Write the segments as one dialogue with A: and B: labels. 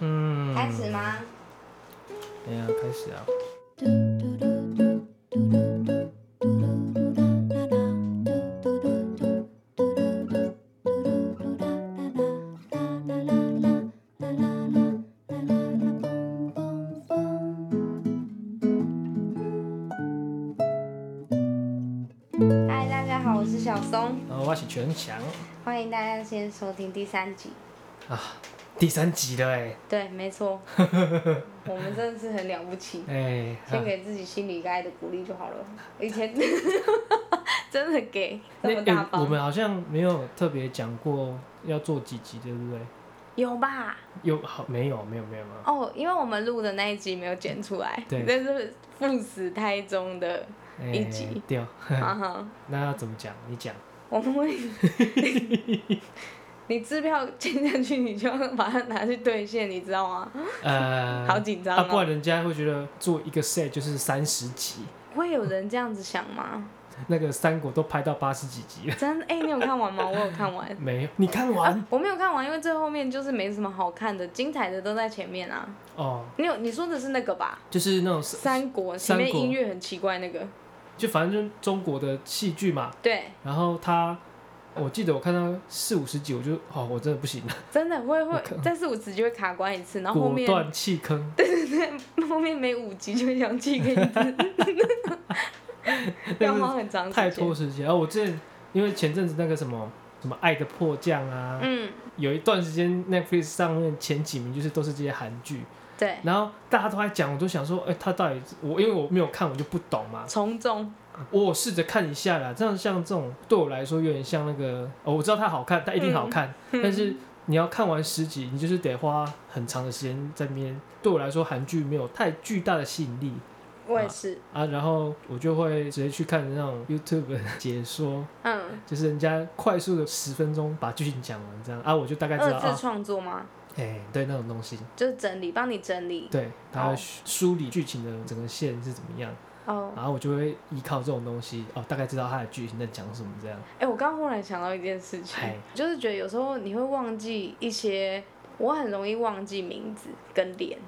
A: 嗯，
B: 开始吗？
A: 等一下开始啊。
B: 嗨，大家好，我是小松，
A: 然后哦我是全强
B: 欢迎大家先收听第三集。
A: 啊，第三集了哎
B: 对，没错，我们真的是很了不起，
A: 哎、
B: 先
A: 啊
B: 给自己心里一个爱的鼓励就好了。以前 真的给这么
A: 那
B: 大
A: 哎我
B: 方，
A: 们好像没有特别讲过要做几集，对不对？
B: 有吧？
A: 有好没有没有没有没啊有，
B: 哦，因为我们录的那一集没有剪出来，
A: 对
B: 那是赴死胎 中的，
A: 哎
B: 一集
A: 对哦，
B: 哈哈，
A: 那要怎么讲？你 讲，
B: 我们会，你支票签下去，你就要把它拿去兑现，你知道吗？
A: 呃，
B: 好紧张
A: 啊，不
B: 哦！
A: 然人家会觉得做一个 set 就是三十集，
B: 会有人这样子想吗？
A: 那个三国都拍到八十几集 了，
B: 真的哎、你有看完吗？我有看完。啊
A: 没有？你看完、
B: 我没有看完，因为最后面就是没什么好看的，精彩的都在前面啊。
A: 哦，
B: 你有你说的是那个吧？
A: 就是那种
B: 三国前
A: 三
B: 面
A: 国
B: 音乐很奇怪那个，
A: 就反正就是中国的戏剧嘛，
B: 对，
A: 然后他，我记得我看到四五十集，我就哦，我真的不行了，
B: 真的会会
A: 我看，
B: 但是我直接会卡关一次，然后后
A: 果
B: 面
A: 断弃坑。
B: 后面每五集就想去给你次，要花很长 时间。
A: 太拖时间。然后我之前因为前阵子那个什么什么《爱的迫降》啊，
B: 嗯，
A: 有一段时间 Netflix 上面前几名就是都是这些韩剧，
B: 对，
A: 然后大家都在讲，我都想说，哎、他到底我因为我没有看，我就不懂嘛。
B: 从众，
A: 我有试着看一下啦，这样像这种对我来说有点像那个，哦、我知道它好看，它一定
B: 嗯
A: 好看，但是。你要看完十集，你就是得花很长的时间在那边。对我来说，韩剧没有太巨大的吸引力
B: 我也是，
A: 啊，然后我就会直接去看那种 YouTube 的解说，
B: 嗯，
A: 就是人家快速的十分钟把剧情讲完，这样啊，我就大概知道
B: 二
A: 啊
B: 次，创作吗？
A: 哎、对那种东西，
B: 就是整理，帮你整理。
A: 对，他
B: 哦
A: 会梳理剧情的整个线是怎么样，
B: 哦，
A: 然后我就会依靠这种东西，哦，大概知道他的剧情在讲什么这样。
B: 哎、我刚忽然想到一件事情
A: 嗨，
B: 就是觉得有时候你会忘记一些，我很容易忘记名字跟脸，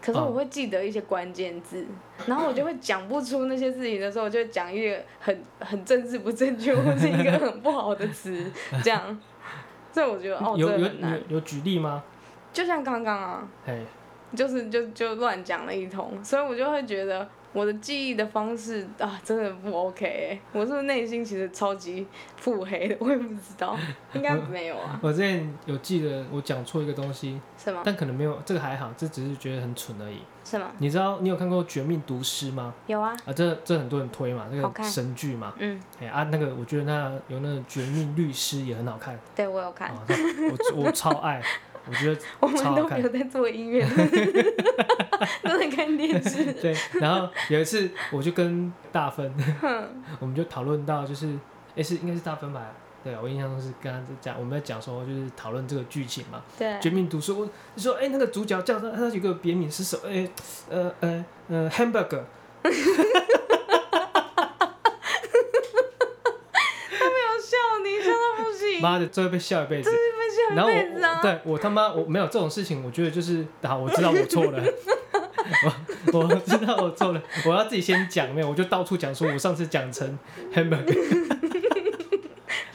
B: 可是
A: 哦
B: 我会记得一些关键字，然后我就会讲不出那些事情的时候，我就会讲一个很很政治不正确或是一个很不好的词，这样，所以我觉得哦，这
A: 有有
B: 很难
A: 有。有举例吗？
B: 就像刚刚啊，
A: 哎，
B: 就是就就乱讲了一通，所以我就会觉得我的记忆的方式啊，真的不 OK 欸、我是不是内心其实超级腹黑的？我也不知道，应该没有啊，
A: 我之前有记得我讲错一个东西，
B: 是吗？
A: 但可能没有这个还好，这只是觉得很蠢而已。
B: 是吗？
A: 你知道你有看过《绝命毒师》吗？
B: 有啊，
A: 啊，这这很多人推嘛，这
B: 好
A: 个
B: 看
A: 神剧嘛，
B: 嗯，
A: 哎啊，那个我觉得那有那个《绝命律师》也很好看。
B: 对我有看，
A: 啊，那我我超爱，我觉 得
B: 我们
A: 超好
B: 都没
A: 看
B: 有。在做音乐， 都在看电视。
A: 对，然后有一次我就跟大芬， 我们就讨论到就是，哎、是应该是大芬吧？对，啊我印象中是跟他在讲，我们在讲说就是讨论这个剧情嘛，
B: 对
A: 《绝命毒师》，我 就说哎、那个主角叫他，他有一个别名是什么？哎、呃呃呃，hamburger，
B: 好笑，你笑到不行，
A: 妈的，这会被笑一辈子。
B: 不
A: 然
B: 笑
A: 后我
B: 一辈子
A: 我
B: 啊！
A: 对我他妈我没有这种事情，我觉得就是啊，我知道我错了， 我我知道我错了，我要自己先讲没有，我就到处讲说我上次讲成 hamburger，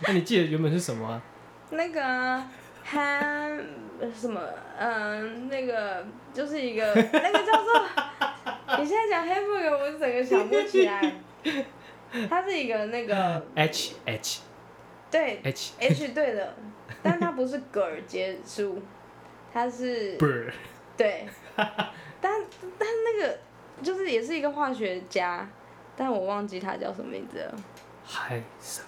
A: 那你记得原本是什么啊？
B: 那个啊憨什么，嗯，那个就是一个那个叫做，你现在讲 hamburger，我整个想不起来。它是一个那个
A: h h
B: 对
A: h
B: H 对的，但它不是 girl 结束，它是
A: bird
B: 对，但但那个就是也是一个化学家，但我忘记他叫什么名字了。
A: 海参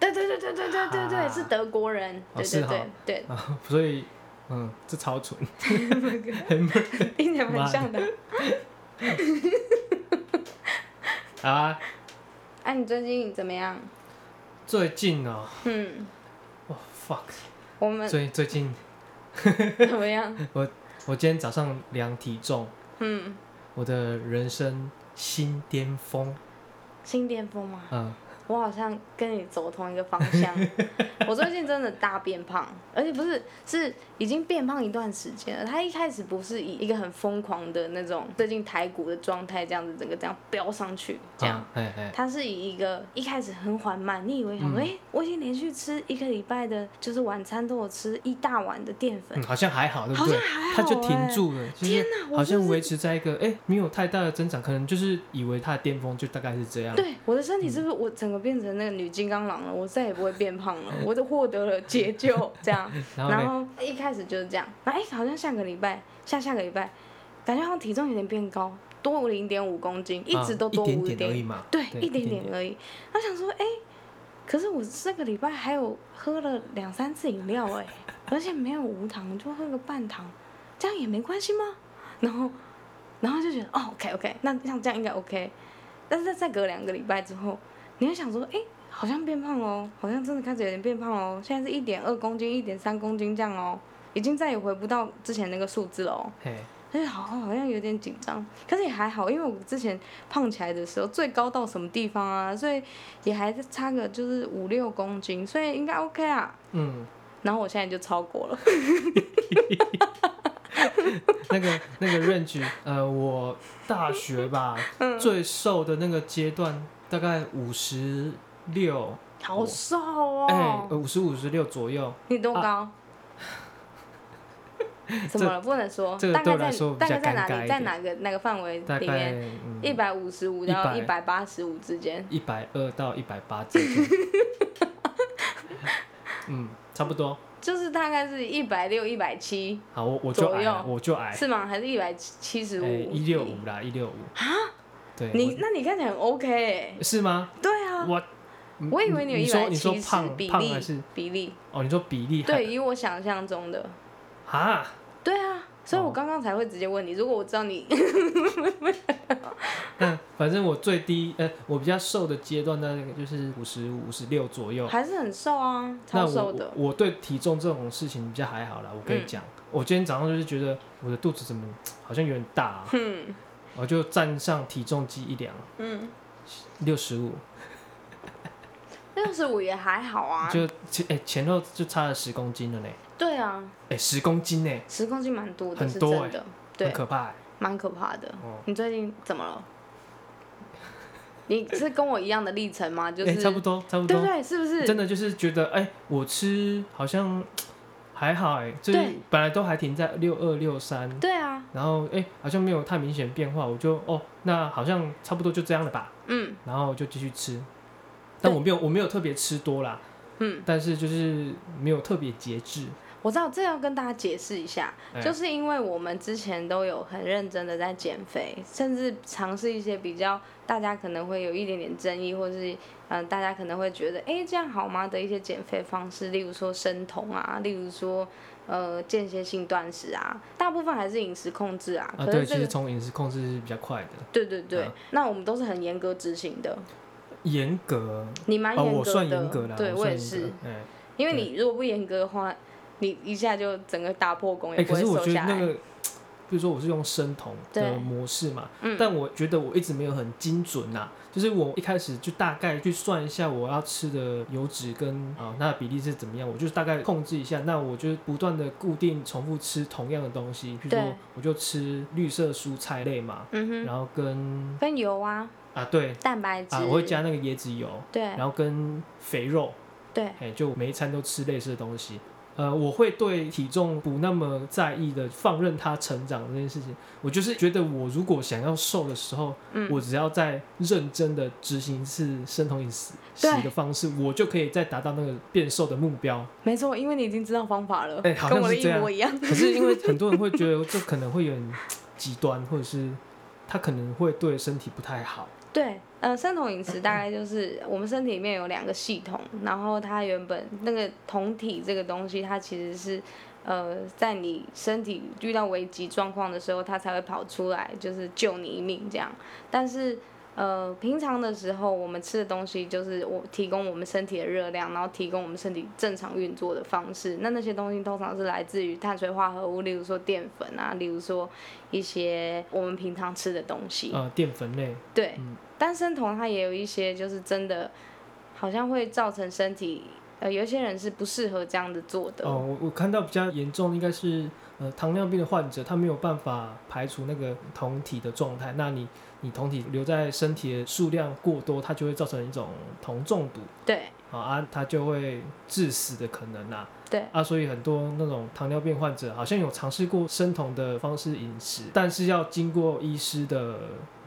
B: 对对对对对对对对，
A: 啊
B: 是德国人，
A: 哦
B: 对
A: 是
B: 对
A: 哈
B: 对对，
A: 啊，所以嗯，这超蠢，
B: 听起来蛮像的。
A: 好啊，
B: 哎、你最近怎么样？
A: 最近哦，
B: 嗯，
A: 哇 fuck，
B: 我们
A: 最最近
B: 怎么样？
A: 我今天早上量体重，
B: 嗯，
A: 我的人生新巅峰，
B: 新巅峰吗？
A: 嗯，
B: 我好像跟你走同一个方向。我最近真的大变胖，而且不是是已经变胖一段时间了。他一开始不是以一个很疯狂的那种最近抬骨的状态，这样子整个这样飙上去，这样。
A: 啊，哎哎，
B: 它是以一个一开始很缓慢，你以为想说，哎、我已经连续吃一个礼拜的，就是晚餐都有吃一大碗的淀粉，
A: 嗯，好像还好，对不
B: 好像
A: 对？
B: 还
A: 它
B: 好、
A: 就停
B: 哎
A: 住了，就是
B: 天哪，我
A: 好
B: 真
A: 像
B: 的
A: 维持在一个哎没有太大的增长，可能就是以为它的巅峰就大概是这 样。
B: 对我的身
A: 嗯
B: 体是不是我整个变成那个女金刚狼了？我再也不会变胖了，我都获得了解救，这样。
A: 然后
B: 然
A: 呢，
B: 后一开始就是这样，然后哎、好像下个礼拜、下下个礼拜，感觉好像体重有点变高，多零点五公斤，一
A: 啊
B: 直都多
A: 一
B: 五
A: 点点而已嘛，
B: 对，
A: 对
B: 一
A: 一
B: 点
A: 点
B: 点而已。他想说，哎、可是我这个礼拜还有喝了两三次饮料、哎，而且没有无糖，就喝个半糖，这样也没关系吗？然后，然后就觉得，哦，OK OK，那像这样应该 OK。但是再隔两个礼拜之后，你会想说，哎、好像变胖哦，好像真的开始有点变胖哦，现在是一点二公斤、一点三公斤这样哦，已经再也回不到之前那个数字了哦。
A: 嘿，
B: 但是好好像有点紧张，可是也还好，因为我之前胖起来的时候最高到什么地方啊，所以也还是差个就是五六公斤，所以应该 OK 啊。
A: 嗯，
B: 然后我现在就超过了，
A: 那个那个 range，呃，我大学 吧
B: 嗯
A: 最瘦的那个阶段大概五十六，
B: 好瘦哦！
A: 哎，啊五十五十六左右，
B: 你多高？怎么了？不能说，
A: 这个
B: 大
A: 对
B: 概
A: 我来
B: 在
A: 说
B: 大
A: 比较
B: 概在
A: 尴
B: 哪
A: 尬
B: 里，
A: 一
B: 在
A: 点
B: 哪个哪个范围
A: 大
B: 里
A: 概
B: 面？一百五十五到一百
A: 100
B: 八十五之间。
A: 一百二到一百八之 间，嗯，差不多。
B: 就是大概是一百六、一百七，
A: 好，我我就
B: 左
A: 矮
B: 右
A: 了，我就矮，
B: 是吗？还是一百七十五？
A: 哎一六。五啦，一六五啊，对，
B: 你那你看起来很 OK 欸
A: 我是吗？
B: 对啊，
A: 我
B: 我以为
A: 你
B: 有
A: 你
B: 一
A: 说
B: 百
A: 你说
B: 七十
A: 胖
B: 比
A: 胖还
B: 例
A: 是
B: 比例，
A: 哦，你说比例还
B: 对，以我想象中的，
A: 啊，
B: 对啊，所以我
A: 哦
B: 刚刚才会直接问你，如果我知道你，。
A: 那反正我最低呃，我比较瘦的阶段大概就是五十五十六左右
B: 还是很瘦啊，
A: 那
B: 超
A: 我
B: 瘦
A: 我
B: 的，
A: 我对体重这种事情比较还好啦，我跟你
B: 嗯
A: 讲，我今天早上就是觉得我的肚子怎么好像有点大、啊，
B: 嗯
A: 我就站上体重机一量，
B: 嗯，
A: 六十五，
B: 六十五也还好啊，
A: 就前哎、前后就差了十公斤了呢，
B: 对啊，
A: 哎、十公斤呢，
B: 十公斤蛮多的，
A: 很
B: 是
A: 多
B: 真
A: 欸
B: 的，
A: 很
B: 对，
A: 可怕欸。
B: 蛮可怕的
A: 哦。
B: 你最近怎么 了？你是跟我一样的历程吗？就
A: 哎、
B: 是
A: 差不多，差不
B: 对
A: 多
B: 不，对？是不是？
A: 真的就是觉得，哎、我吃好像还好、哎，就是
B: 对
A: 本来都还停在六二六三，
B: 对啊，
A: 然后哎、好像没有太明显变化，我就哦，那好像差不多就这样了吧，
B: 嗯
A: 然后就继续吃，但我没有我没有特别吃多啦，
B: 嗯，
A: 但是就是没有特别节制，
B: 我知道这要跟大家解释一下，
A: 哎
B: 就是因为我们之前都有很认真的在减肥，甚至尝试一些比较大家可能会有一点点争议，或是嗯、呃大家可能会觉得哎、诶这样好吗的一些减肥方式，例如说生酮啊，例如说呃间歇性断食啊，大部分还是饮食控制啊。
A: 啊，
B: 可
A: 对，
B: 是
A: 其
B: 这
A: 实
B: 个
A: 从饮食控制是比较快的，
B: 对对对，
A: 嗯
B: 那我们都是很严格执行的，
A: 严格，
B: 你蛮
A: 哦，
B: 严
A: 我
B: 格
A: 算
B: 的，
A: 严格啦，
B: 对
A: 我
B: 我
A: 算
B: 也
A: 严
B: 是
A: 格，，哎、
B: 因为你如果不严格的话，你一下就整个打破功，
A: 哎、
B: 也
A: 可
B: 不会
A: 是我
B: 瘦
A: 觉得
B: 下来。
A: 那个，比如说我是用生酮
B: 对
A: 的模式嘛，
B: 嗯
A: 但我觉得我一直没有很精准呐、就是我一开始就大概去算一下我要吃的油脂跟啊、那比例是怎么样，我就大概控制一下。那我就不断的固定重复吃同样的东西，比如
B: 对
A: 说我就吃绿色蔬菜类嘛，
B: 嗯哼，
A: 然后跟
B: 跟油啊、
A: 啊对
B: 蛋白质，
A: 啊，我会加那个椰子油，
B: 对
A: 然后跟肥肉，
B: 对，
A: 哎、就每一餐都吃类似的东西。呃，我会对体重不那么在意的，放任它成长这件事情。我就是觉得，我如果想要瘦的时候，
B: 嗯
A: 我只要再认真的执行一次生酮饮食食
B: 对
A: 的方式，我就可以再达到那个变瘦的目 标。
B: 没错，因为你已经知道方法了，
A: 哎好
B: 跟
A: 像
B: 我的
A: 是
B: 一
A: 这样
B: 模一样。
A: 可是因为很多人会觉得这可能会有点极端，或者是他可能会对身体不太好。
B: 对，呃，生酮饮食大概就是我们身体里面有两个系统，然后它原本那个酮体这个东西，它其实是。呃，在你身体遇到危急状况的时候，它才会跑出来，就是救你一命这样。但是，呃，平常的时候，我们吃的东西就是我提供我们身体的热量，然后提供我们身体正常运作的方式。那那些东西通常是来自于碳水化合物，例如说淀粉啊，例如说一些我们平常吃的东西。
A: 呃，淀粉类，
B: 对
A: 嗯，
B: 但生酮它也有一些就是真的，好像会造成身体，呃，有一些人是不适合这样子做的。
A: 哦，我我看到比较严重应该是呃糖尿病的患者，他没有办法排除那个酮体的状态，那你你酮体留在身体的数量过多，它就会造成一种酮中毒。
B: 对
A: 啊啊，它就会致死的可能啦、
B: 对，
A: 啊，所以很多那种糖尿病患者好像有尝试过生酮的方式饮食，但是要经过医师的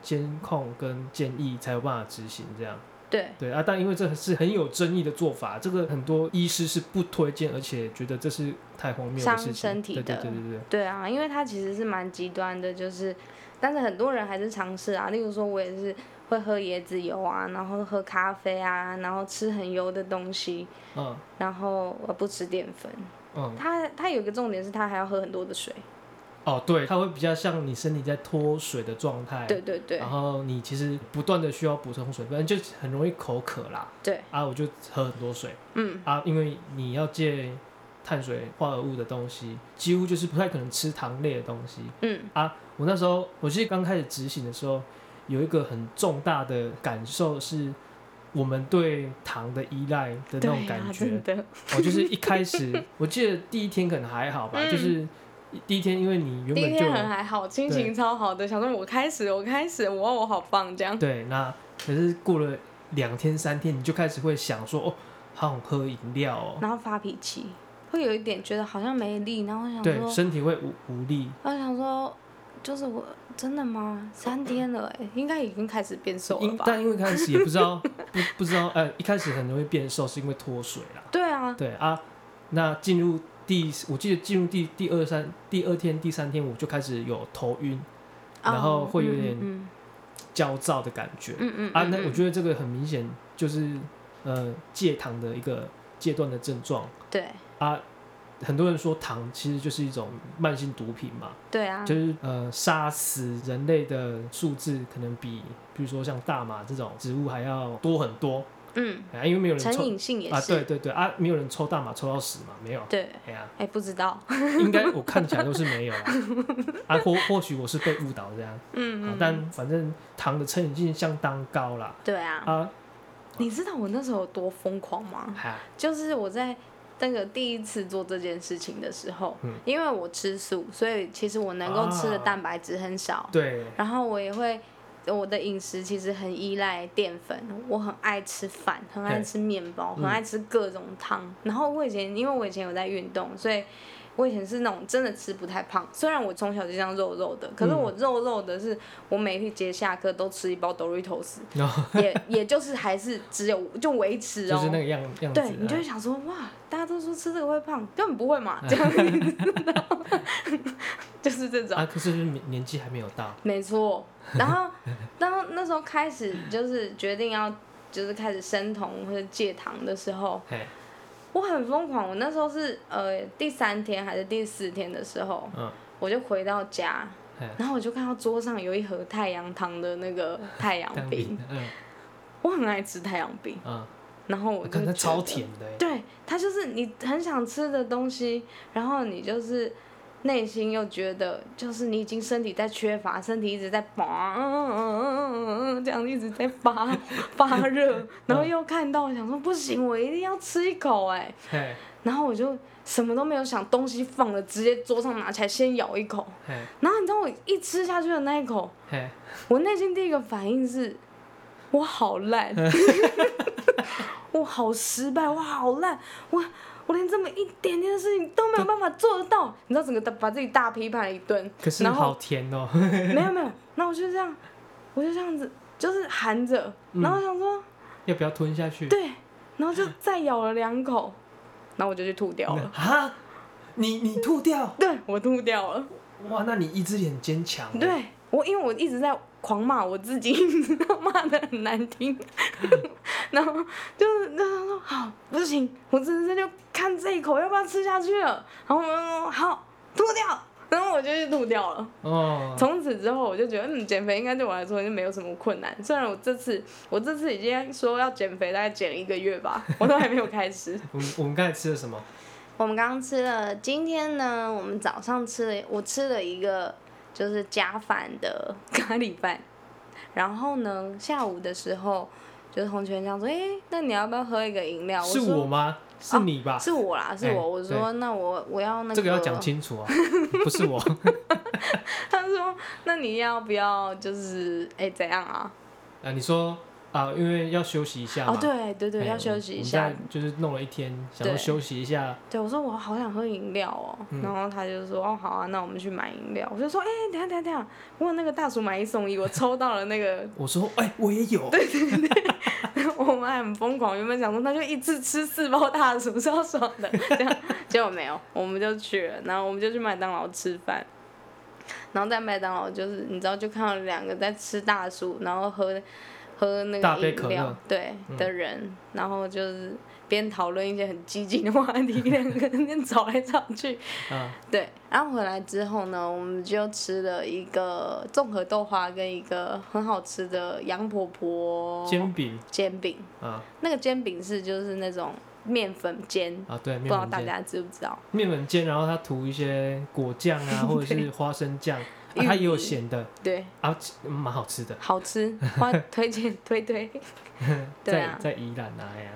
A: 监控跟建议才有办法执行这样。
B: 对，
A: 对啊，但因为这是很有争议的做法，这个很多医师是不推荐，而且觉得这是太荒谬的
B: 伤
A: 事情，
B: 身体
A: 对对
B: 的
A: 对对对，
B: 对啊，因为它其实是蛮极端的，就是，但是很多人还是尝试啊。例如说，我也是会喝椰子油啊，然后喝咖啡啊，然后吃很油的东西，
A: 嗯
B: 然后我不吃淀粉。
A: 嗯，
B: 它它有一个重点是，它还要喝很多的水。
A: 哦，对，它会比较像你身体在脱水的状态，
B: 对对对
A: 然后你其实不断的需要补充水分，就很容易口渴啦。
B: 对，
A: 啊，我就喝很多水
B: 嗯，
A: 啊，因为你要戒碳水化合物的东西，几乎就是不太可能吃糖类的东西
B: 嗯
A: 啊。我那时候我记得刚开始执行的时候，有一个很重大的感受是。我们对糖的依赖的那
B: 对
A: 种
B: 啊
A: 感，觉，
B: 真的，
A: 哦，就是一开始，我记得第一天可能还好吧，
B: 嗯
A: 就是第一天，因为你原
B: 第一
A: 本就
B: 天
A: 有
B: 很还好，心情超好的，想说我开始，我开始，哇，我好棒这 样。
A: 对，那可是过了两天三天，你就开始会想说，哦，好想喝饮料哦，
B: 然后发脾气，会有一点觉得好像没力，然后想
A: 对，
B: 说，
A: 身体会无无力，
B: 我想说，就是我真的吗？三天了、哎，应该已经开始变瘦了
A: 因
B: 吧？
A: 但因为开始也不知 道不不知道，呃，一开始很容易变瘦，是因为脱水啦，
B: 对啊，
A: 对啊，那进入第，我记得进入第第二三第二天第三天，我就开始有头晕、然后
B: 哦
A: 会有点
B: 嗯
A: 焦躁的感觉，
B: 嗯嗯嗯
A: 啊，那我
B: 嗯
A: 觉得这个很明显就是呃戒糖的一个戒断的症状。
B: 对
A: 很多人说糖其实就是一种慢性毒品嘛，
B: 对啊，
A: 就是呃杀死人类的数字可能比比如说像大麻这种植物还要多很多，
B: 嗯，
A: 啊，因为没有人
B: 成
A: 抽
B: 瘾性也
A: 啊，
B: 是，
A: 对对对啊，没有人抽大麻抽到死嘛，没有，
B: 对
A: 哎呀、
B: 哎、不知 道，
A: 应该我看起来都是没有啦，啊或或许我是被误导这样，
B: 嗯
A: 啊
B: 嗯，，
A: 但反正糖的成瘾性相当高啦，
B: 对啊，
A: 啊，
B: 你知道我那时候有多疯狂吗？
A: 哈、
B: 就是我在那个第一次做这件事情的时候，
A: 嗯
B: 因为我吃素，所以其实我能够吃的
A: 啊
B: 蛋白质很少，
A: 对，
B: 然后我也会。我的饮食其实很依赖淀粉，我很爱吃饭，很爱
A: 嘿
B: 吃面包，
A: 嗯
B: 很爱吃各种汤。然后我以前，因为我以前有在运动，所以我以前是那种真的吃不太胖。虽然我从小就这样肉肉的，可是
A: 嗯
B: 我肉肉的是，我每一节下课都吃一包 Doritos，、
A: 然后
B: 也也就是还是只有就维持哦，
A: 就是那个样样子啊，
B: 对，你就会想说哇，大家都说吃这个会胖，根本不会
A: 哎
B: 嘛，这样子，你知道吗就是这种，
A: 啊，可是年年纪还没有到，
B: 没错。然 后，当那时候开始就是决定要就是开始生酮或者戒糖的时候，
A: 嘿，
B: 我很疯狂。我那时候是呃第三天还是第四天的时候，
A: 嗯，哎
B: 我就回到家
A: 嘿。
B: 然后我就看到桌上有一盒太阳糖的那个太 阳
A: 当
B: 饼
A: 兵，，嗯
B: 我很爱吃太阳饼，
A: 嗯，
B: 然 后我
A: 我
B: 就
A: 看它
B: 觉
A: 超
B: 得
A: 甜的欸，
B: 对，它就是你很想吃的东西，然后你就是内心又觉得，就是你已经身体在缺乏，身体一直在嗯拔，嗯这样一直在发发热，然后又看到想说不行，我一定要吃一口哎、
A: 嘿，
B: 然后我就什么都没有想，东西放了，直接桌上拿起来先咬一口，
A: 嘿，
B: 然后你知道我一吃下去的那一口，
A: 嘿，
B: 我内心第一个反应是，我好 烂，我好失败，我好烂，我我连这么一点点的事情都没有办法做得到，你知道，整个大把自己大批判了一顿，
A: 可是
B: 然后
A: 好甜哦，
B: 没有没有，那我就这样，我就这样子，就是含着，
A: 嗯
B: 然后想说、
A: 要不要吞下去？
B: 对，然后就再咬了两口，然后我就去吐 掉了，
A: 啊，你你吐掉，
B: 对我吐掉了，
A: 哇，那你意志力很坚强哦，
B: 对我，因为我一直在狂骂我自己， 你知道骂的很难听，然后就是那他说好不行，我真的是就看这一口要不要吃下去了，然后我就说好吐掉，然后我就去吐掉了。
A: 哦，
B: 从此之后我就觉得，嗯，减肥应该对我来说就没有什么困难。虽然我这次我这次已经说要减肥，大概减了一个月吧，我都还没有开始。
A: 我们我们刚才吃了什么？
B: 我们刚刚吃了，今天呢，我们早上吃了，我吃了一个就是 加饭的咖喱饭，然后呢，下午的时候就是同学这样说，哎、那你要不要喝一个饮料？
A: 是
B: 啊说
A: 我吗？是你吧？
B: 是我啦，是
A: 哎
B: 我。我说那我我要那个，
A: 这个要讲清楚啊， 不是我。
B: 他说那你要不要就是哎、怎样啊？
A: 啊，你说啊，因为要休息一下嘛。
B: 哦，对对对，
A: 哎
B: 要休息一
A: 我
B: 下。，
A: 们我们现在就是弄了一天，想要
B: 对
A: 休息一下。
B: 对，我说我好想喝饮料哦，
A: 嗯
B: 然后他就说哦好啊，那我们去买饮料。我就说哎、等一下等一下等一下，我有那个大叔买一送一，我抽到了那个，
A: 我说，哎，我也有。
B: 我们还很疯狂，原本想说那就一次吃四包大薯，超爽 的，这样结果没有，我们就去了，然后我们就去麦当劳吃饭。然后在麦当劳，就是你知道，就看到两个在吃大薯，然后喝喝那
A: 大
B: 个
A: 杯
B: 饮
A: 可
B: 料
A: 乐嗯
B: 对的人，然后就是边讨论一些很激进的话题，两个人边吵来吵去，
A: 啊，
B: 对，然后回来之后呢，我们就吃了一个综合豆花跟一个很好吃的杨婆婆
A: 煎饼
B: 煎饼。
A: 啊
B: 那个煎饼是就是那种面粉煎，
A: 啊，对，
B: 哦
A: 面
B: 不知道
A: 粉
B: 大
A: 煎，
B: 家知不知道？
A: 面粉煎，然后它涂一些果酱 啊，或者是花生酱，啊它也有咸的
B: 对，
A: 啊，其嗯蛮好吃的。
B: 好吃， 花推荐推推。对
A: 在
B: 啊
A: 在宜兰啊，哎呀，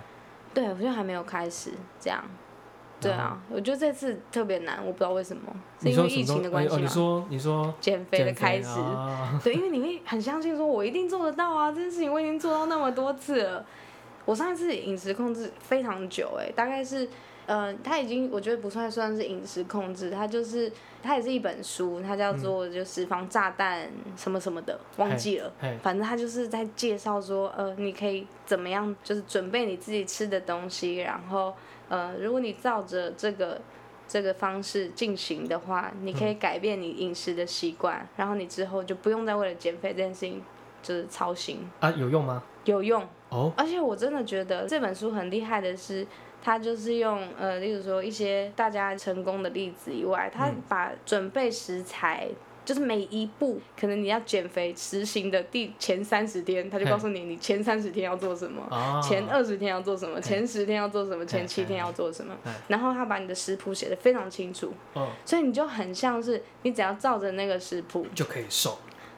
B: 对，我就还没有开始这样。对啊，我觉得这次特别难，我不知道为什么，是
A: 你
B: 因为
A: 说什
B: 疫
A: 么
B: 情
A: 东
B: 的
A: 哎
B: 关
A: 哦，
B: 系
A: 你
B: 吗？
A: 说你说
B: 减肥的
A: 减
B: 开始，
A: 啊
B: 对，因为你会很相信说，我一定做得到啊！这件事情我已经做到那么多次了。我上一次饮食控制非常久、欸，大概是，呃，它已经我觉得不算算是饮食控制，它就是它也是一本书，它叫做就是防炸弹什么什么的，忘记了。
A: 嘿，
B: 反正他就是在介绍说，呃，你可以怎么样，就是准备你自己吃的东西，然后，呃，如果你照着这个这个方式进行的话，你可以改变你饮食的习惯，然后你之后就不用再为了减肥这件事情就是操心，
A: 啊，有用吗？
B: 有用。
A: 哦，
B: 而且我真的觉得这本书很厉害的是，它就是用呃，例如说一些大家成功的例子以外，它
A: 嗯
B: 把准备食材。就是每一步，可能你要减肥实行的第前三十天，他就告诉你你前三十天要做什么，
A: 啊，
B: 前二十天要做什么，前十天要做什么，前七天要做什么。然后他把你的食谱写的非常清楚，
A: 哦，
B: 所以你就很像是你只要照着那个食谱，
A: 就可以瘦。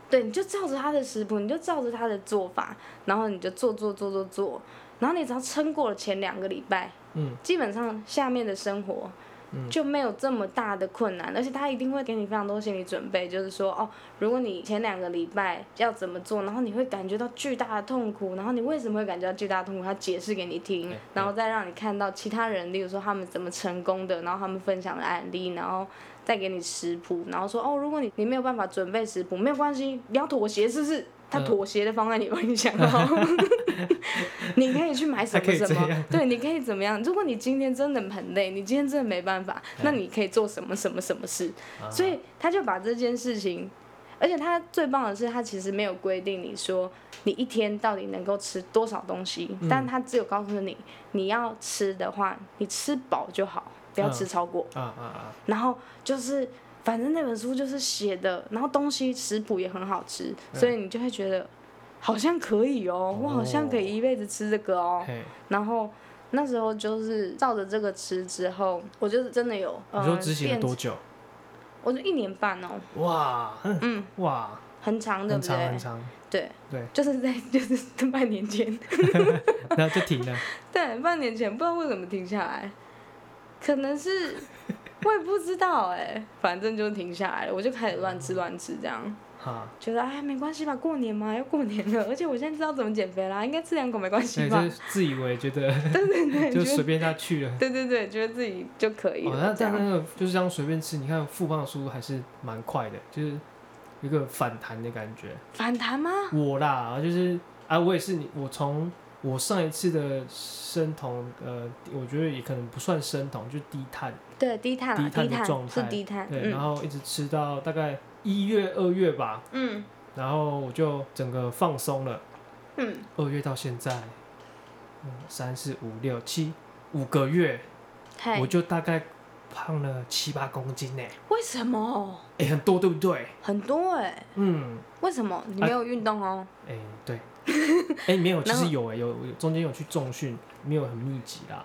B: 对，你就照着他的食谱，你就照着他的做法，然后你就做做做做做，然后你只要撑过了前两个礼拜，
A: 嗯，
B: 基本上下面的生活。就没有这么大的困难，而且他一定会给你非常多心理准备，就是说，哦，如果你前两个礼拜要怎么做，然后你会感觉到巨大的痛苦，然后你为什么会感觉到巨大的痛苦，他解释给你听
A: 对，
B: 然后再让你看到其他人，例如说他们怎么成功的，然后他们分享的案例，然后再给你食谱，然后说哦，如果你你没有办法准备食谱，没有关系，你要妥协是不是？他
A: 嗯
B: 妥协的方案你帮你想 好，你可以去买什
A: 还可
B: 么
A: 以
B: 什
A: 这样
B: 么，对，你可以怎么样？如果你今天真的很累，你今天真的没办法，那你可以做什么什么什么事？
A: 嗯啊
B: 所以他就把这件事情，而且他最棒的是，他其实没有规定你说你一天到底能够吃多少东西，
A: 嗯
B: 但他只有告诉你，你要吃的话，你吃饱就好，不要吃超过。
A: 啊啊啊，
B: 然后就是反正那本书就是写的，然后东西食谱也很好吃，所以你就会觉
A: 嗯
B: 得好像可以哦，我好像可以一辈子吃这个哦。
A: 嘿，
B: 然后那时候就是照着这个吃之后，我就是真的有
A: 你
B: 呃
A: 说执行了
B: 变，
A: 多久？
B: 我就一年半哦，
A: 哇，嗯，哇，
B: 很长，对
A: 很
B: 不
A: 长
B: 对
A: 很？长，
B: 对，
A: 对，
B: 就是在就是这半年前，
A: 然后就停 了。
B: 对，半年前不知道为什么停下来，可能是我也不知道哎、反正就停下来了，我就开始乱
A: 哦
B: 吃乱吃这样。
A: 啊，
B: 觉得哎没关系吧，过年嘛要 过年了，而且我现在知道怎么减肥啦，应该吃两口没关系
A: 对，
B: 吧
A: 就？是自以为觉 得，就随便他去了。
B: 对对对，觉得自己就可以
A: 哦，那
B: 了。这
A: 但
B: 样
A: 那个就是这样随便吃，你看复胖的速度还是蛮快的，就是有一个反弹的感觉。
B: 反弹吗？
A: 我啦，就是啊，我也是你，我从我上一次的生酮，呃，我觉得也可能不算生酮，就低碳，
B: 对，低碳
A: 低
B: 啊，
A: 碳
B: 低
A: 的状
B: 碳
A: 态
B: 是低碳，
A: 对，然
B: 嗯
A: 后一直吃到大概一月、二月吧，
B: 嗯
A: 然后我就整个放松了。
B: 嗯，
A: 二月到现在，嗯，三四五六七五个月，
B: 嗨
A: 我，就大概胖了七八公斤呢、欸，
B: 为什么
A: 哎、很多对不对？
B: 很多哎、
A: 嗯，
B: 为什么你
A: 啊
B: 没有运动哦？
A: 哎、 对，哎、没有，其
B: 然后
A: 实有哎、有有中间有去重训，没有很密集啦，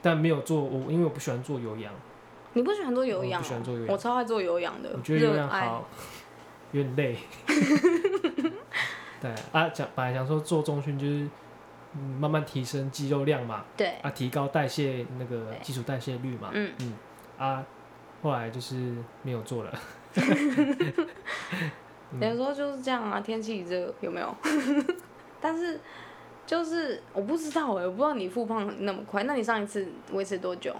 A: 但没有做我，因为我不喜欢做有氧，
B: 你不喜欢做有氧、
A: 我不喜欢做有
B: 哦？
A: 氧
B: 我超爱做有氧的
A: 我，觉得有
B: 热
A: 氧
B: 爱。
A: 好， 有点累。对啊，讲本来想说做重训就是嗯慢慢提升肌肉量嘛，
B: 对，
A: 啊，提高代谢那个
B: 对
A: 基础代谢率嘛，
B: 嗯，
A: 啊，后来就是没有做了。嗯
B: 有时候就是这样啊，天气热有没有？ 但是就是我不知道哎、我不知道你复胖那么快，那你上一次维持多久？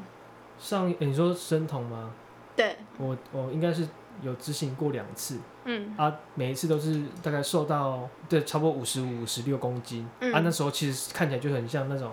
A: 上你说生酮吗？
B: 对，
A: 我我应该是有执行过两次
B: 嗯
A: 啊，每一次都是大概瘦到对差不多五十五、五十六公斤、
B: 嗯
A: 啊，那时候其实看起来就很像那种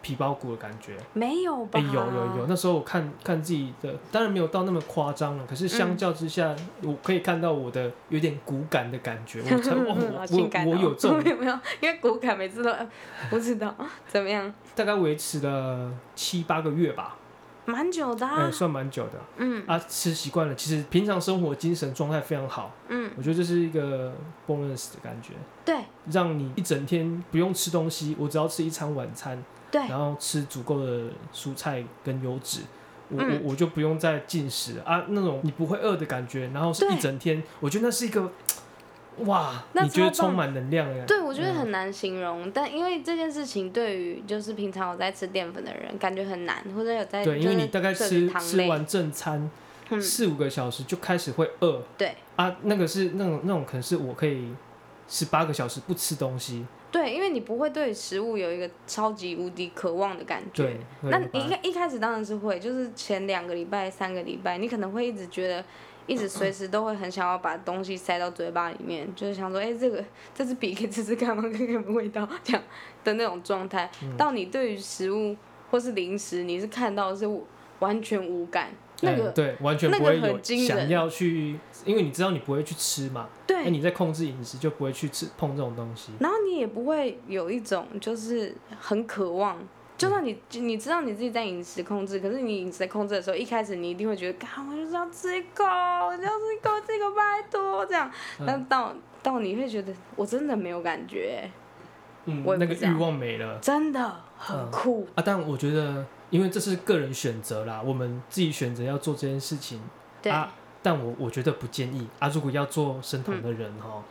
A: 皮包骨的感觉。
B: 没有吧？
A: 哎、有有 有，那时候我看看自己的，当然没有到那么夸张了，可是
B: 嗯
A: 相较之下，我可以看到我的有点骨感的感觉，我 才
B: 好
A: 哦我
B: 性感
A: 我
B: 哦
A: 我有这种
B: 没有没有？因为骨感每次都呃不知道怎么样，
A: 大概维持了七八个月吧，
B: 蛮久的、
A: 哎、
B: 啊。
A: 算蛮久的
B: 嗯
A: 啊。吃习惯了，其实平常生活精神状态非常好，
B: 嗯，
A: 我觉得这是一个 bonus 的感觉，
B: 对
A: 让你一整天不用吃东西，我只要吃一餐晚餐，
B: 对，
A: 然后吃足够的蔬菜跟油脂，我、
B: 嗯
A: 我我就不用再进食了啊，那种你不会饿的感觉，然后是
B: 对
A: 一整天，我觉得那是一个哇，
B: 那
A: 你觉得
B: 超棒
A: 充满能量哎，
B: 对，我觉得
A: 嗯
B: 很难形容，但因为这件事情对于就是平常有在吃淀粉的人，感觉很难，或者有在
A: 对，因为
B: 就是
A: 你大概
B: 摄
A: 吃
B: 取糖
A: 吃
B: 类
A: 完正餐
B: 嗯
A: 四五个小时就开始会饿
B: 对
A: 啊，那个是那种那种可能是我可以十八个小时不吃东西，
B: 对，因为你不会对食物有一个超级无敌渴望的感觉。
A: 对，会
B: 那
A: 有
B: 你
A: 吧
B: 一开一开始当然是会，就是前两个礼拜、三个礼拜，你可能会一直觉得，一直随时都会很想要把东西塞到嘴巴里面，就是想说，哎、这个这支笔可以吃吃看吗？ 看看有没有味道这样的那种状态。
A: 嗯
B: 到你对于食物或是零食，你是看到的是完全无感，那
A: 哎
B: 个、
A: 对，完全
B: 那
A: 不
B: 个
A: 会
B: 很
A: 有
B: 惊
A: 想
B: 人
A: 要去，因为你知道你不会去吃嘛，
B: 对
A: 那、你在控制饮食就不会去吃碰这种东西。
B: 然后你也不会有一种就是很渴望，就算你你知道你自己在饮食控制，可是你饮食控制的时候，一开始你一定会觉得，干，我就是要吃一口，我就要吃一口，吃一口，拜托这样。
A: 嗯
B: 但到到你会觉得，我真的没有感觉，
A: 嗯
B: 我，也
A: 那
B: 不
A: 个
B: 知
A: 欲
B: 道
A: 望没了
B: 真的很
A: 嗯
B: 酷。
A: 啊！但我觉得，因为这是个人选择啦，我们自己选择要做这件事情
B: 对，
A: 啊。但我我觉得不建议啊，如果要做生酮
B: 嗯
A: 的人哦，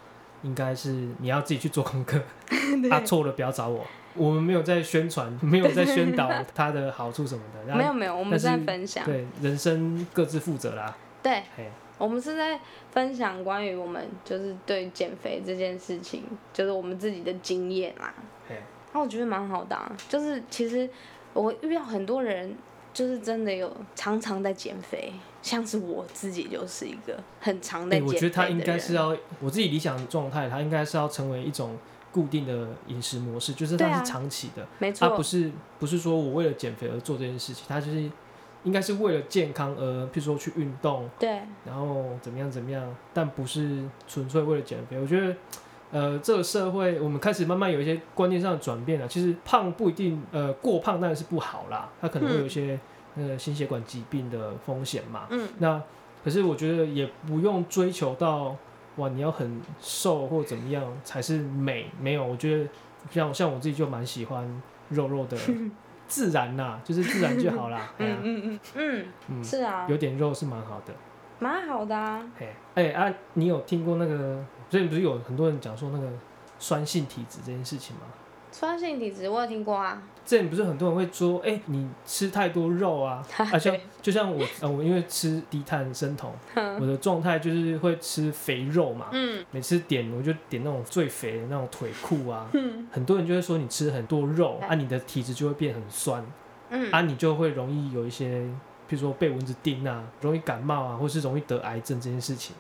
A: 应该是你要自己去做功课
B: 对
A: 啊，错了不要找我。我们没有在宣传，没有在宣导 它的好处什么的，
B: 没
A: 然
B: 有
A: 后
B: 没有，我们
A: 但
B: 是在
A: 是
B: 分享，
A: 对人生各自负责啦。
B: 对
A: 啊嘿，
B: 我们是在分享关于我们就是对减肥这件事情，就是我们自己的经验啊啦。
A: 嘿，
B: 那我觉得蛮好的、啊，就是其实我遇到很多人，就是真的有常常在减肥，像是我自己就是一个很常
A: 对，
B: 在减
A: 哎我
B: 肥的
A: 觉
B: 人。
A: 得他应该是要，我自己理想状态，他应该是要成为一种固定的饮食模式，就是
B: 对
A: 它
B: 啊
A: 是长期的，
B: 没
A: 他、
B: 错，
A: 啊不是不是说我为了减肥而做这件事情，他就是应该是为了健康而，譬如说去运动，
B: 对
A: 然后怎么样怎么样，但不是纯粹为了减肥。我觉得，呃，这个社会我们开始慢慢有一些观念上的转变了。啊其实胖不一定，呃，过胖当然是不好啦，它可能会有一些、呃心血管疾病的风险嘛。
B: 嗯，
A: 那可是我觉得也不用追求到哇，你要很瘦或怎么样才是美，没有，我觉得像像我自己就蛮喜欢肉肉 的，自然啦，就是自然就好啦。哎呀，
B: 嗯，
A: 嗯
B: 是啊，
A: 有点肉是蛮好的。
B: 蛮好的啊。
A: 哎哎啊，你有听过那个？最近不是有很多人讲说那个酸性体质这件事情吗？
B: 酸性体质我有听过啊，
A: 之前不是很多人会说，哎、你吃太多肉 啊，啊像就像我呃，我因为吃低碳生 酮，我的状态就是会吃肥肉嘛，
B: 嗯，
A: 每次点我就点那种最肥的那种腿裤 啊，
B: 嗯
A: 很多人就会说你吃很多肉啊，你的体质就会变很酸，
B: 哎嗯
A: 啊，你就会容易有一些，譬如说被蚊子叮啊，容易感冒啊，或是容易得癌症这件事情，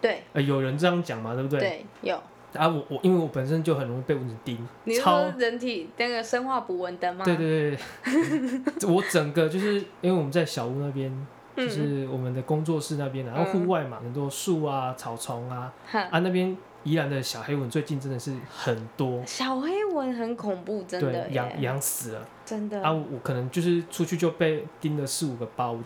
B: 对
A: 呃，有人这样讲嘛，对不对？
B: 对有。
A: 啊，我我因为我本身就很容易被蚊子叮
B: 你，是
A: 超
B: 说人体那个生化捕蚊灯吗？
A: 对对对 对，我整个就是因为我们在小屋那边，
B: 嗯
A: 就是我们的工作室那边啊，然后户外嘛，很多树啊、草丛啊，
B: 哼
A: 啊那边宜兰的小黑蚊最近真的是很多，
B: 小黑蚊很恐怖，真
A: 对
B: 的，
A: 养
B: 耶，
A: 养死了
B: 真的。
A: 啊！我我可能就是出去就被叮了四五个包。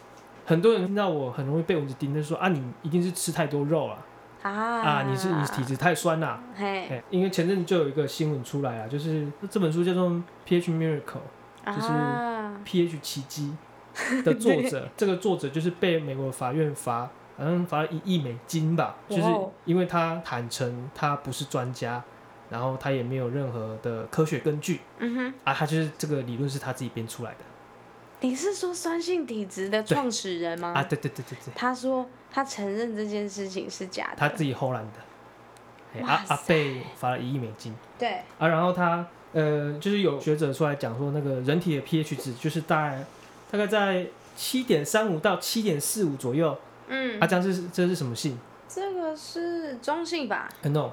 A: 很多人听到我很容易被蚊子叮，就说啊，你一定是吃太多肉了
B: 啊
A: 啊，你是你体质太酸啦、
B: 嘿，
A: 哎，因为前阵子就有一个新闻出来啊，就是这本书叫做《pH Miracle》就是哎
B: 啊，
A: pH 奇迹的 作者，这个作者就是被美国法院罚，好像罚了一亿美金吧，就是
B: 哇哦
A: 因为他坦诚他不是专家，然后他也没有任何的科学根据
B: 嗯哼，
A: 啊，他就是这个理论是他自己编出来的
B: 你是说酸性体质的创始人吗？
A: 啊，对对对对对，
B: 他说他承认这件事情是假的。
A: 他自己偷懒的，哎
B: 啊哇
A: 阿阿
B: 塞
A: 贝罚了一亿美金
B: 对，
A: 啊，然后他呃，就是有学者出来讲说，那个人体的 pH 值就是大概大概在七点三五到七点四五左右，
B: 嗯，
A: 啊，这样是这是什么性、
B: 这个是中性吧？
A: 呃 n o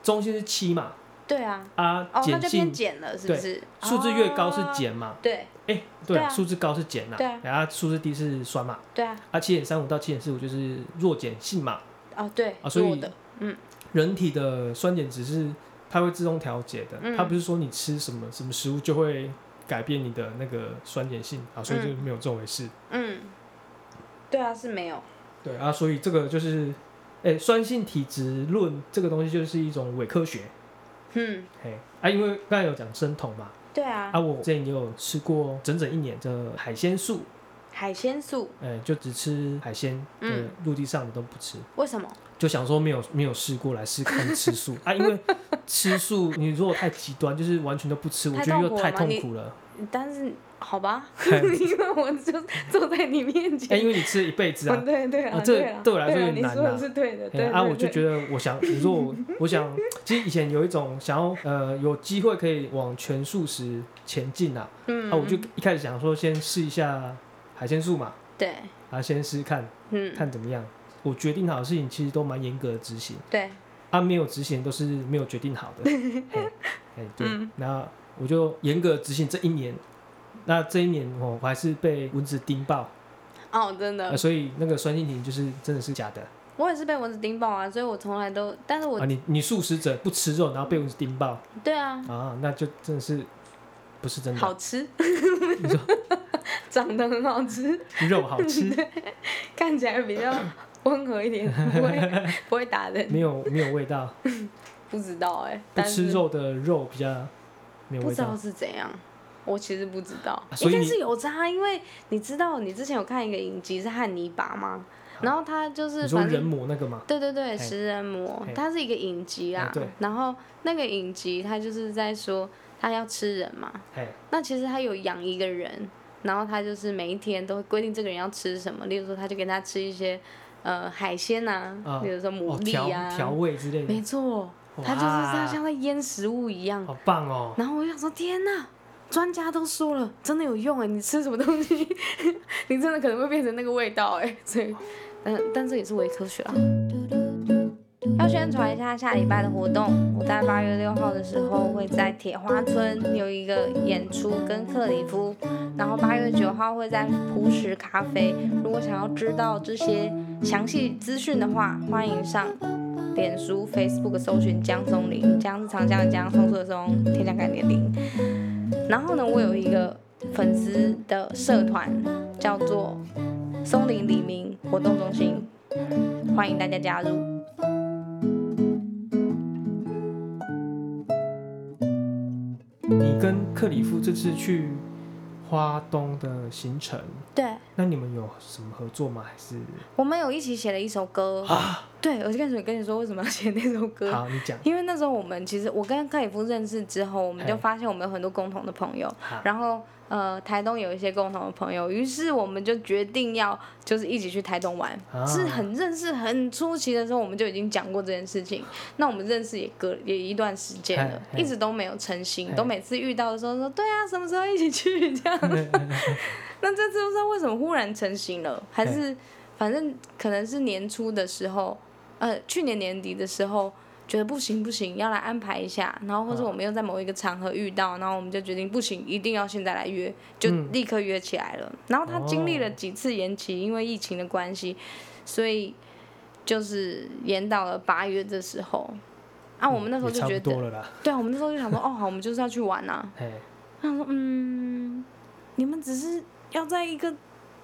A: 中性是七嘛，
B: 对啊，
A: 啊
B: 哦，那
A: 碱
B: 就
A: 性
B: 变碱了，是不是？
A: 数字越高是
B: 哦，
A: 碱嘛，
B: 对
A: 哎、对
B: 对
A: 啊，
B: 啊
A: 数字高是碱呐、
B: 对啊
A: 然后数字低是酸嘛，
B: 对啊，
A: 啊，七点三五到七点四五就是弱碱性嘛，
B: 哦对
A: 啊，所以
B: 弱的，
A: 人体的酸碱值是它会自动调节的，
B: 嗯
A: 它不是说你吃什么什么食物就会改变你的那个酸碱性啊，所以就没有这回事。
B: 嗯，对啊，是没有，
A: 对啊，所以这个就是，哎、酸性体质论这个东西就是一种伪科学，
B: 嗯，
A: 嘿，啊，因为刚才有讲生酮嘛，
B: 对啊，
A: 啊，我之前也有吃过整整一年的海鲜素，
B: 海鲜素
A: 哎、就只吃海鲜，嗯
B: 嗯，
A: 陆地上的都不吃。
B: 为什么？
A: 就想说没有没有试过来试看吃素啊，因为吃素你如果太极端，就是完全都不吃，我
B: 太
A: 觉得又
B: 痛苦
A: 太
B: 了吗
A: 痛
B: 你
A: 苦了。
B: 但是好吧，
A: 哎
B: 因为我就坐在你面
A: 哎
B: 前，
A: 因为你吃了一辈子
B: 哦
A: 啊，
B: 对对啊，
A: 啊这
B: 对啊
A: 对我来说
B: 对
A: 有
B: 啊
A: 点
B: 你
A: 难
B: 说
A: 啊
B: 的是对的，
A: 哎
B: 对
A: 啊，我就
B: 得
A: 觉得我想，你说我我想，其实以前有一种想要呃有机会可以往全素食前进啊，
B: 嗯
A: 啊，我就一开始想说先试一下海鲜素嘛，
B: 对，
A: 啊，先试试看
B: 嗯，
A: 看怎么样。我决定好的事情其实都蛮严格的执行，
B: 对，
A: 啊，没有执行都是没有决定 好的。嘿嘿对，
B: 嗯
A: 那我就严格执行这一年。那这一年哦，我还是被蚊子叮爆，
B: 哦，真的
A: 呃、，所以那个酸性体就是真的是假的
B: 我也是被蚊子叮爆啊，所以我从来都，但是我
A: 啊！你你素食者不吃肉，然后被蚊子叮爆
B: 对啊，
A: 啊，那就真的是不是真的
B: 好吃， 长得很好吃，
A: 肉好 吃，
B: 看起来比较温和 一点，不会不会打人。
A: 没有没有味 道，
B: 不知道哎、
A: 不
B: 但
A: 吃
B: 是
A: 肉的肉比较没有
B: 不
A: 味
B: 知道
A: 道。
B: 是怎样。我其实不知道，
A: 啊
B: 一
A: 所以
B: 定
A: 你
B: 是有差，因为你知道，你之前有看一个影集是汉尼拔吗？然后他就是
A: 啊你说
B: 反
A: 人
B: 正
A: 魔那个吗？
B: 对对对，
A: 嘿
B: 食人魔
A: 嘿，
B: 它是一个影集
A: 哎
B: 啦
A: 对。
B: 然后那个影集他就是在说他要吃人嘛，
A: 哎，
B: 那其实他有养一个人，然后他就是每一天都会规定这个人要吃什么，例如说他就给他吃一些呃海鲜呐、
A: 啊
B: 比如说牡
A: 哦，
B: 蛎
A: 调
B: 啊，
A: 调味之类
B: 没
A: 的，
B: 错，
A: 哇
B: 他就是在像在腌食物一样。
A: 好棒哦！
B: 然后我就想说，天呐，专家都说了，真的有用哎，你吃什么东西， 你真的可能会变成那个味道哎，所以，但但这也是伪科学啊。要宣传一下下礼拜的活动，我在八月六号的时候会在铁花村有一个演出跟克里夫，然后八月九号会在朴实咖啡。如果想要知道这些详细资讯的话，欢迎上脸书、Facebook 搜寻江松林，江是长江的江，松树的松，天降甘霖的霖。然后呢，我有一个粉丝的社团叫做松林李明活动中心，欢迎大家加入。
A: 你跟克里夫这次去花东的行程，
B: 对，
A: 那你们有什么合作吗？还是
B: 我们有一起写了一首歌
A: 啊？
B: 对，我就跟你跟你说为什么要写那首歌。
A: 好，你讲。
B: 因为那时候我们其实我跟克里夫认识之后，我们就
A: 嘿
B: 发现我们有很多共同的朋友
A: 哈，
B: 然后呃台东有一些共同的朋友，于是我们就决定要就是一起去台东玩，
A: 啊
B: 是很认识很初期的时候我们就已经讲过这件事 情。那我们认识也隔也一段时间了，
A: 嘿嘿
B: 一直都没有成型
A: 嘿，
B: 都每次遇到的时候说对啊什么时候一起去 这样。 那这次不知道为什么忽然成型了，还是反正可能是年初的时候，呃，去年年底的时候。觉得不行不行，要来安排一下，然后或者
A: 嗯
B: 我们又在某一个场合遇到，然后我们就决定不行，一定要现在来约，就
A: 嗯
B: 立刻约起来了。然后他经历
A: 哦
B: 了几次延期，因为疫情的关系，所以就是延到了八月的时候。啊，我们那时候就
A: 嗯也
B: 觉
A: 差不多
B: 得，
A: 了啦。
B: 对啊，我们那时候就想说，哦，好，我们就是要去玩啊。
A: 哎，
B: 他说，嗯，你们只是要在一个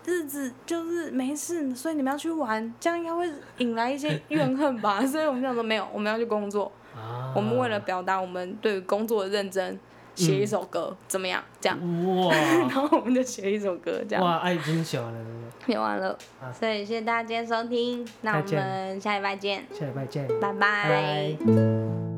B: 日子就是没事，所以你们要去玩，这样应该会引来一些怨恨 吧。所以我们想说，没有，我们要去工作。
A: 啊
B: 我们为了表达我们对于工作的认真，嗯写一首歌，怎么样？这样，然
A: 哇
B: 后我们就写一首歌， 这样。
A: 哇，爱金小了，对不
B: 写完了
A: 啊，
B: 所以谢谢大家今天收听，那
A: 再
B: 我
A: 见
B: 们下礼拜见，
A: 对下礼拜见。
B: 拜
A: 拜
B: 拜。